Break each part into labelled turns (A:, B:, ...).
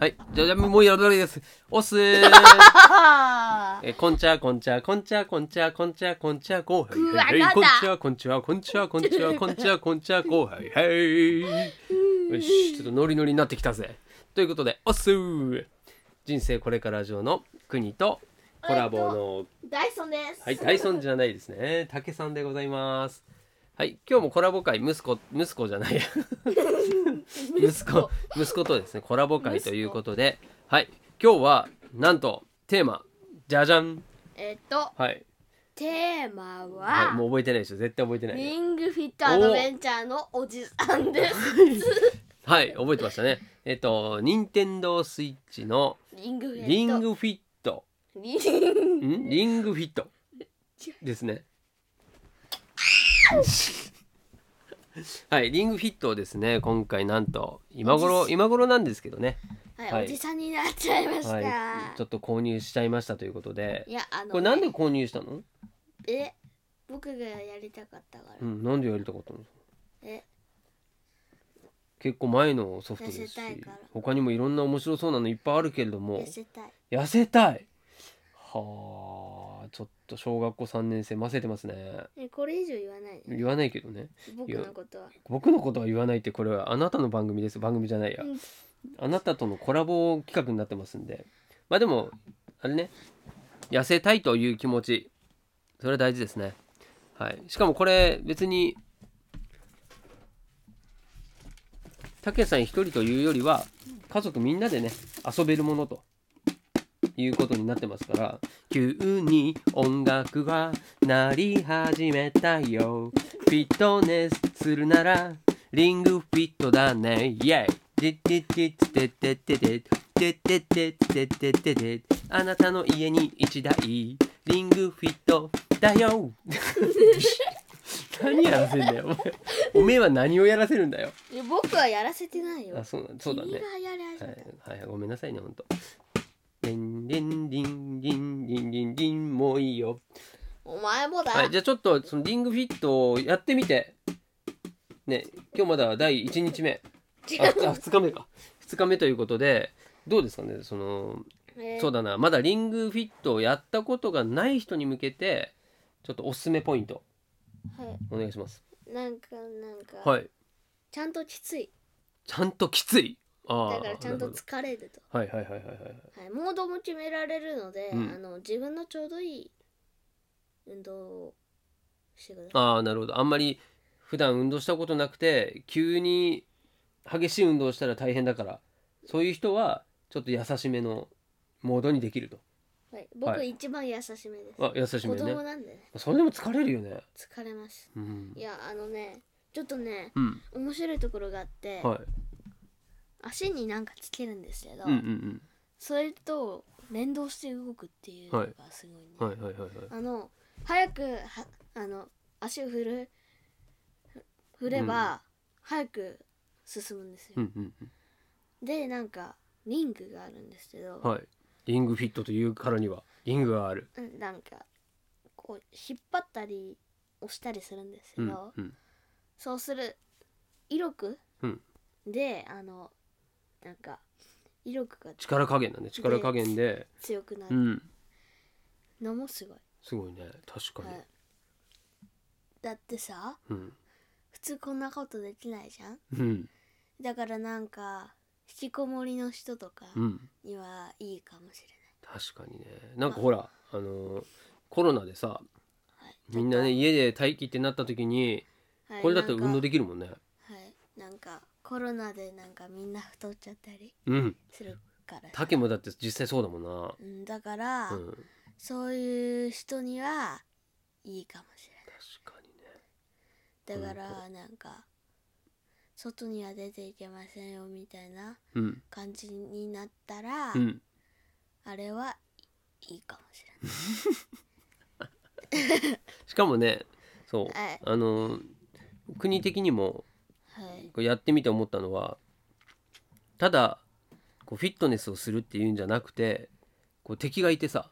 A: はい。じゃじゃ、もうやらないです。おっすー。えー、こんちゃ、こんちゃ、こんちゃ、こんちゃ、こんちゃ、こんちゃ、こう
B: う
A: は
B: わ
A: い、はい、
B: なん
A: こん
B: だ
A: ちゃ、こんちゃ、こんちゃ、こんちゃ、こんちゃ、こんちゃ、こうはい、はい。よし、ちょっとノリノリになってきたぜ。ということで、おっすー。人生これから上の国とコラボの、
B: ダイソンです。
A: はい、ダイソンじゃないですね。竹さんでございます。はい、今日もコラボ会、息子、息子じゃ ないや。息子息子とですねコラボ会ということではい今日はなんとテーマじゃじゃん
B: えっと、
A: はい、
B: テーマ
A: はい、も
B: は、
A: う覚えてないでしょ絶対覚えてないね
B: リングフィットアドベンチャーのおじさんです。
A: はい覚えてましたねえっと任天堂スイッチの
B: リングフィット。
A: リングフィット
B: リン
A: んリングフィットですねはいリングフィットをですね今回なんと今頃今頃なんですけどね
B: はい、
A: はい
B: おじさんになっちゃいました。、
A: はいいちょっと購入しちゃいましたということで
B: や、あの、
A: これなんで購入したの
B: え、僕がやりたかったから。
A: うん、なんでやりたかったの
B: え
A: 結構前のソフトです
B: 痩
A: し
B: せたいから
A: 他にもいろんな面白そうなのいっぱいあるけれども
B: 痩せたい。
A: 痩せたいはあちょっと小学校3年生ませてますね
B: え、これ以上言わないで。
A: 言わないけどね
B: 僕のことは。
A: 僕のことは言わないってこれはあなたの番組です番組じゃないや、
B: うん
A: あなたとのコラボ企画になってますんでまあでもあれね痩せたいという気持ちそれは大事ですねはいしかもこれ別にたけさん一人というよりは家族みんなでね遊べるものということになってますから急に音楽が鳴り始めたよフィットネスするならリングフィットだねイェイてってってってってってってってってってってってってってあなたの家に一台リングフィットだよ何やらせんだよお前おめえは何をやらせるんだよ
B: いや僕はやらせてないよ
A: あ。そうなんそうだね
B: 君がやり始
A: は
B: めた。
A: い、はい、ごめんなさいね、本当。リンリンリンリンリンリンリンもういいよ。
B: お前もだ。
A: はい、じゃあちょっとそのリングフィットをやってみて。ね、今日まだ第1日目。
B: 違
A: あ、あ2日目 か。2日目ということで、どうですかね、その、
B: えー
A: そうだな、まだリングフィットをやったことがない人に向けて、ちょっとおすすめポイント、
B: は
A: お願いします。
B: い。なんか、なんか、
A: はい。
B: ちゃんときつい。
A: ちゃんときつい。ああ。
B: だからちゃん
A: な
B: と
A: るほ
B: 疲れると。
A: どはいはいはいはいはい。
B: はい、モードも決められるので、
A: うん
B: あの自分のちょうどいい運動をしてくださ
A: ああなるほどあんまり普段運動したことなくて急に激しい運動したら大変だからそういう人はちょっと優しめのモードにできると
B: い。はい、僕、
A: はい
B: 一番優しめです。
A: あ優し
B: 子
A: め
B: 供
A: ね
B: なんでね、
A: それでも疲れるよね
B: 疲れます。
A: うん
B: い、や、あのね、ちょっとね、
A: うん、
B: 面白いところがあって、
A: はい
B: 足になんかつけるんですけど、
A: うんうん
B: それと連動して動くっていうのがすごいね。
A: うんはいはいはいはい
B: あの、早くはあの足を振る振れば、早く進むんですよ。
A: うんうん
B: でなんかリングがあるんですけど、
A: うんはいリングフィットというからにはリングがある
B: うんなんかこう引っ張ったり押したりするんですけ
A: う
B: ど、
A: んうん
B: そうする威力、
A: うん
B: であのなんか威力が
A: 力加減だね力加減で
B: 強くな
A: う
B: る
A: ん
B: のもすごい、
A: すごいね確か
B: は
A: に
B: い、だってさ
A: うん
B: 普通こんなことできないじゃん
A: うん
B: だからなんか引きこもりの人とか
A: うん
B: にはいいかもしれ
A: 確かにねなんかほらあのーコロナでさ
B: ない、はい、
A: みんなね家で待機ってなった時に
B: はい
A: これだったら運動
B: で
A: できるもんね
B: はいなんかコロナでなんかみんな太っちゃったり
A: うん
B: するからさ
A: 竹もだって実際そうだもんな
B: うん、だから、
A: うん確
B: そういう人にはいいかもし
A: かにね
B: れないだからなんか外には出ていけませんよみたいな
A: うん
B: 感じになったら、
A: うん
B: あれはいいかもし
A: しかもねそう
B: はい
A: あのー国的にも
B: れない、はい、
A: こうやってみて思ったのはただこうフィットネスをするっていうんじゃなくてこう敵がいてさ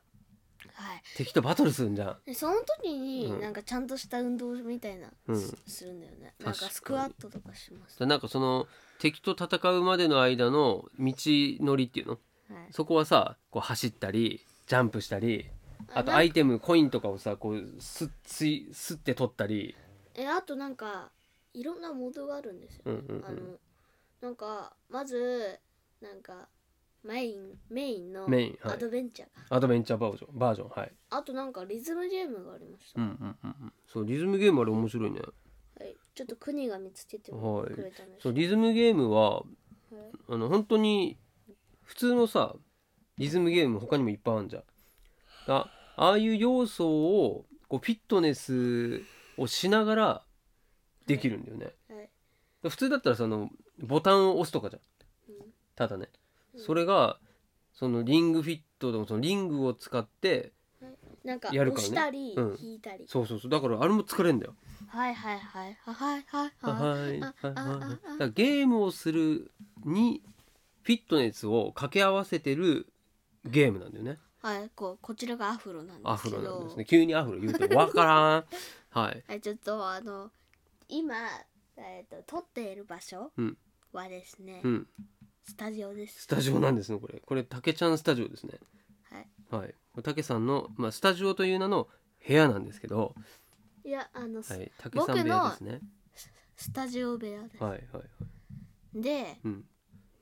B: はい
A: 敵とバトルするんじゃん
B: でその時に、
A: うん
B: なんかちゃんとした運動みたいな、
A: うん
B: すするんだよねな
A: 確
B: ん
A: か
B: か
A: に
B: スクワットとかします
A: でなんかその敵と戦うまでの間の道のりっていうの
B: はい
A: そこはさこう走ったりジャンプしたりあとア
B: なん
A: イテムコインとかをさこうすっついすって取ったり
B: えあとなんかいろんなモードがあるんですよ、
A: うんうんうん
B: あのなんかまずなんかメインメインの
A: メインはい
B: アドベンチャーが、
A: アドベンチャーバージョンバージョンはい
B: あとなんかリズムゲームがありました、
A: うんうんうんうんそうリズムゲームあれ面白いね
B: はい、ちょっと国が見つけてく
A: はい
B: れたんです、
A: そうリズムゲームは
B: はい
A: あの本当に普通のさリズムゲーム他にもいっぱいあるじゃんあああいう要素をこうフィットネスをしながらできるんだよね、
B: はい
A: 普通だったらそのボタンを押すとかじゃん
B: うん
A: ただね
B: うん
A: それがそのリングフィットのそのリングを使って
B: なんか
A: やる
B: 押
A: からね
B: したり
A: うん
B: 引いたり、
A: そうそうそうだからあれも疲れんだよ
B: はいはいはいはいはいは
A: は
B: い
A: いはい
B: はいあ
A: はい
B: あ
A: はい
B: あ
A: だからゲームをするにフィットネスを掛け合わせてるゲームなんだよね
B: はいこうこちらがアフロなん
A: ア
B: です
A: フ
B: けど
A: ロなんですね急にアフロ言うとわからん はい
B: はいちょっとあの今、えー、と撮っている場所
A: うん
B: はですね、
A: うん
B: スタジオです
A: スタジオなんですねこれこれたけちゃんスタジオですね
B: はい
A: はいたけさんのまあスタジオという名の部屋なんですけど
B: いやあの、
A: はいたけさん部屋ですね
B: スタジオ部屋で、
A: はいはいはい
B: で
A: うん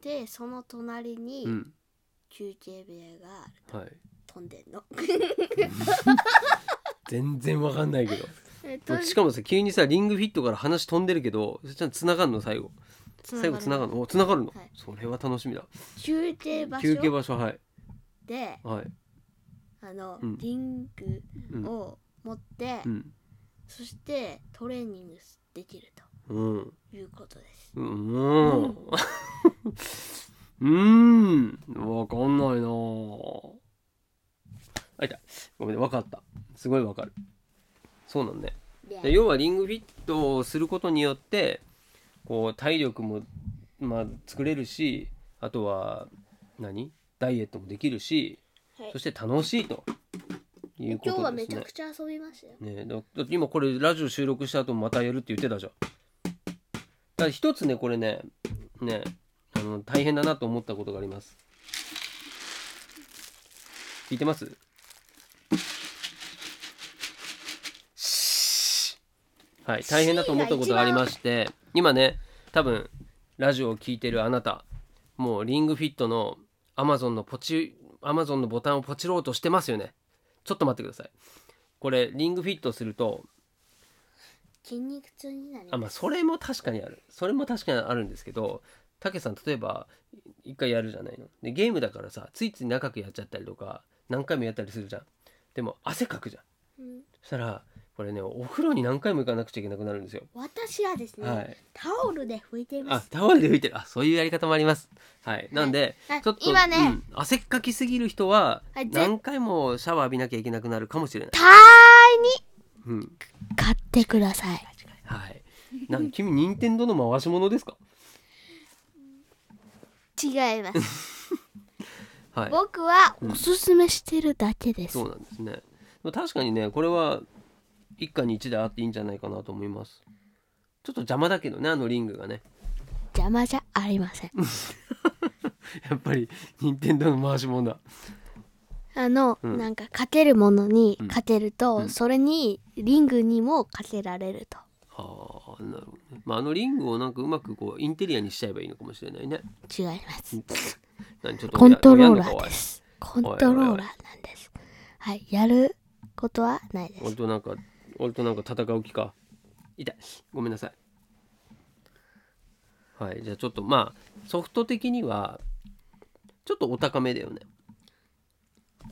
B: でその隣に
A: うん
B: 休憩部屋がある
A: はい
B: 飛んでんの、
A: 全然わかんないけど
B: えと
A: しかもさ急にさリングフィットから話飛んでるけどそしたら繋がるの最後
B: つ
A: 最後繋が
B: る
A: るのお繋がるの、
B: はい
A: それは楽しみだ
B: 休憩場
A: 休憩
B: 所
A: 場所はい
B: で
A: はい
B: あの、
A: うん
B: リン
A: うん
B: グを持って、
A: うん
B: そしてトレーニングできる
A: うん
B: ということです
A: うんうーんわかんないなぁあいたごめんねわかったすごいわかるそうなんね
B: で
A: で要はリングフィットをすることによってこう体力も、まあ、作れるしあとは何ダイエットもできるし
B: はい
A: そして楽しいというこ
B: 今日は
A: とで
B: め
A: す
B: ちゃ
A: ね
B: く。ちゃ遊びましたよ
A: ねえだだって今これラジオ収録した後もまたやるって言ってたじゃん。だから一つねこれねねあの大変だなと思ったことがあります。聞いてますはい大変だと思ったことがありまして今ね多分ラジオを聞いてるあなたもうリングフィットのアマゾンのポチアマゾンのボタンをポチろうとしてますよねちょっと待ってくださいこれリングフィットすると
B: 筋肉痛になり
A: あまあそれも確かにあるそれも確かにあるんですけどたけさん例えば一回やるじゃないのでゲームだからさついつい長くやっちゃったりとか何回もやったりするじゃんでも汗かくじゃん
B: うん
A: そしたらこれねお風呂に何回も行かなくちゃいけなくなるんですよ
B: 私はですね、
A: はい
B: タオルで拭いていま
A: あ
B: す。
A: タオルで拭いてるあそういうやり方もありますはいなんで、
B: はい
A: ちょっと
B: 今ね
A: うん汗っかきすぎる人は
B: はいぜ
A: 何回もシャワー浴びなきゃいけなくなるかもしれない、
B: たー
A: うん
B: に買ってください。
A: はいなんか君任天堂の回し物ですか
B: 違います。
A: はい
B: 僕はおすすめしてるだけです。
A: そうなんですね。でも確かにね、これは一家に一台あっていいんじゃないかなと思います。ちょっと邪魔だけどね、あのリングがね。
B: 邪魔じゃありません。
A: やっぱり、任天堂の回し物だ。
B: あの、
A: うん
B: なんかかけるものに
A: うん
B: かけると、
A: うん
B: それにリングにもかけられると。
A: はあ、なるほどね。まあ、あのリングをなんかうまくこう、インテリアにしちゃえばいいのかもしれないね。
B: 違います。
A: 何ちょっと
B: コントロー
A: や
B: ラ
A: んの
B: ー
A: かおい
B: です。コントローラーなんです。はい、やることはないで
A: 俺
B: す。
A: となんか、俺となんか戦う気か。痛い。ごめんなさい。はい、じゃあちょっとまあ、ソフト的には、ちょっとお高めだよね。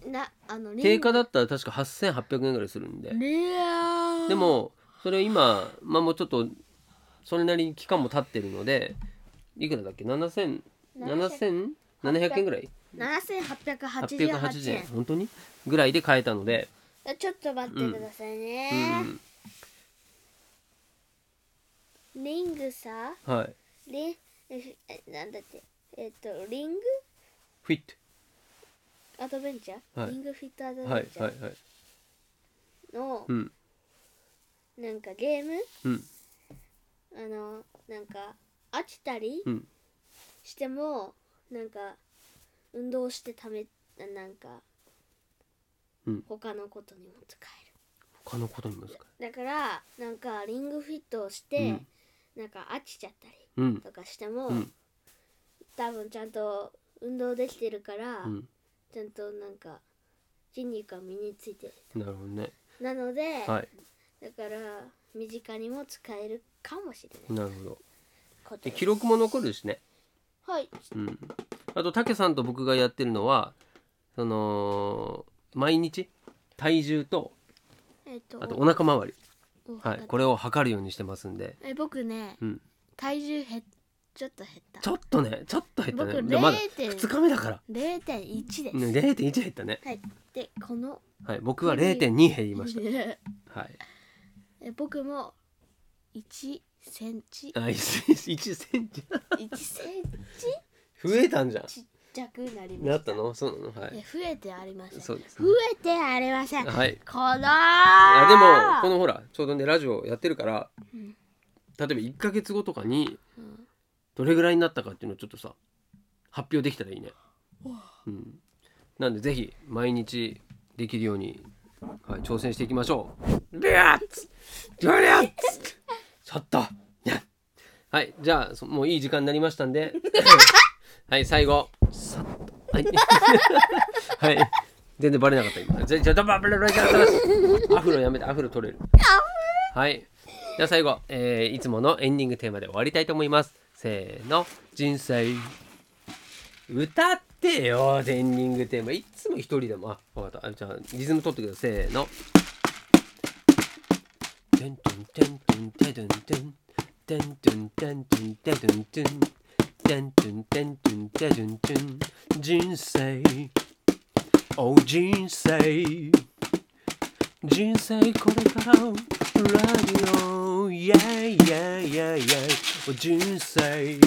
B: な、あのリ
A: 定
B: ング。
A: 価だったら確か8800円ぐらいするんで
B: レアー
A: でもそれ今まあもうちょっとそれなりに期間も経ってるのでいくらだっけ7000 7700円ぐらい
B: 7888円
A: 本当にぐらいで買えたので、
B: ちょっと待ってくださいね、
A: うん
B: リングさ
A: うん、はい
B: リンえなんだっけえっとリング
A: フィット
B: アドベンチャー、
A: はい
B: リングフィットアドベン
A: はい
B: チ
A: はいは
B: ャ
A: い
B: ーの、
A: うん
B: なんかゲーム
A: うん
B: あのなんか飽きたり
A: うん
B: しても、なんか運動してためなんか、
A: うん
B: 他のことにも使え
A: 他のことにも使
B: るだからなんかリングフィットをし
A: う
B: て
A: ん、
B: なんか飽きちゃったり
A: ううん
B: とかしても、
A: うん
B: 多分ちゃんと運動できてるから、
A: うん
B: ちゃんとなんか筋肉が身についてる
A: なるほどね
B: なので、
A: はい
B: だから身近にも使えるかもしれない
A: なるほど
B: こと
A: で
B: です
A: 記録も残るしね
B: はい
A: うんあと武さんと僕がやってるのはその毎日体重と
B: えっ、と
A: あとお腹周り
B: おお
A: はいこれを測るようにしてますんで
B: え僕ね、
A: うん
B: 体重へちょっと減った
A: ちょっとねちょっと減ったね
B: 僕
A: でまだ
B: 0.1
A: 2日目だから
B: 0.1です、
A: ね0.1減ったね
B: はいでこの
A: はい僕は0.2減りました
B: え
A: はい
B: 僕も1センチ
A: あ 1, センチ
B: 1セン
A: 増えたんじゃん
B: チ弱なりました
A: なったのそうなのは
B: え
A: い
B: 増えてありません
A: そ
B: 増
A: うですね
B: えてありませんこ
A: はい
B: の
A: あでも
B: あ
A: このほらちょうどねラジオやってるから
B: うん
A: 例えば1ヶ月後とかに
B: うん
A: どれぐらいになったかっていうのをちょっとさ発表できたらいいね
B: おう、
A: うん、なんでぜひ毎日できるように、はい、挑戦していきましょうビャッツビャッツちょっといやはいじゃあそもういい時間になりましたんではい最後さっとはい はい全然バレなかった今ぜじゃあダババレバレバレバレアフロやめてアフロ取れるはいでは最後、えーいつものエンディングテーマで終わりたいと思いますせーの人生歌ってよエンディングテーマいつも一人でもあ分かったあじゃあリズム取ってくださいせーのてんてんてんてんてんてんてんてんてんてんてんてんてんてんてんてんてんてんてんてんてん人生 Oh 人生人生これからラディオイェイイェイイェイイェイ人生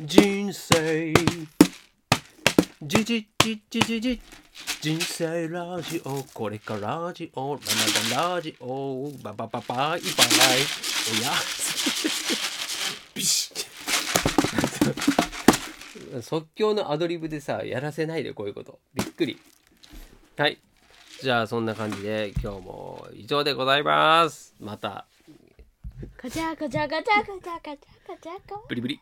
A: 人生じじじじじじ人生ラジオこれからラジオララララジオバババババイバイおやビシッ 即興のアドリブでさやらせないでこういうことびっくりはいじゃあそんな感じで今日も以上でございますまた
B: ガチャガチャガチャガチャガチャガチャガチャ
A: ブリブリ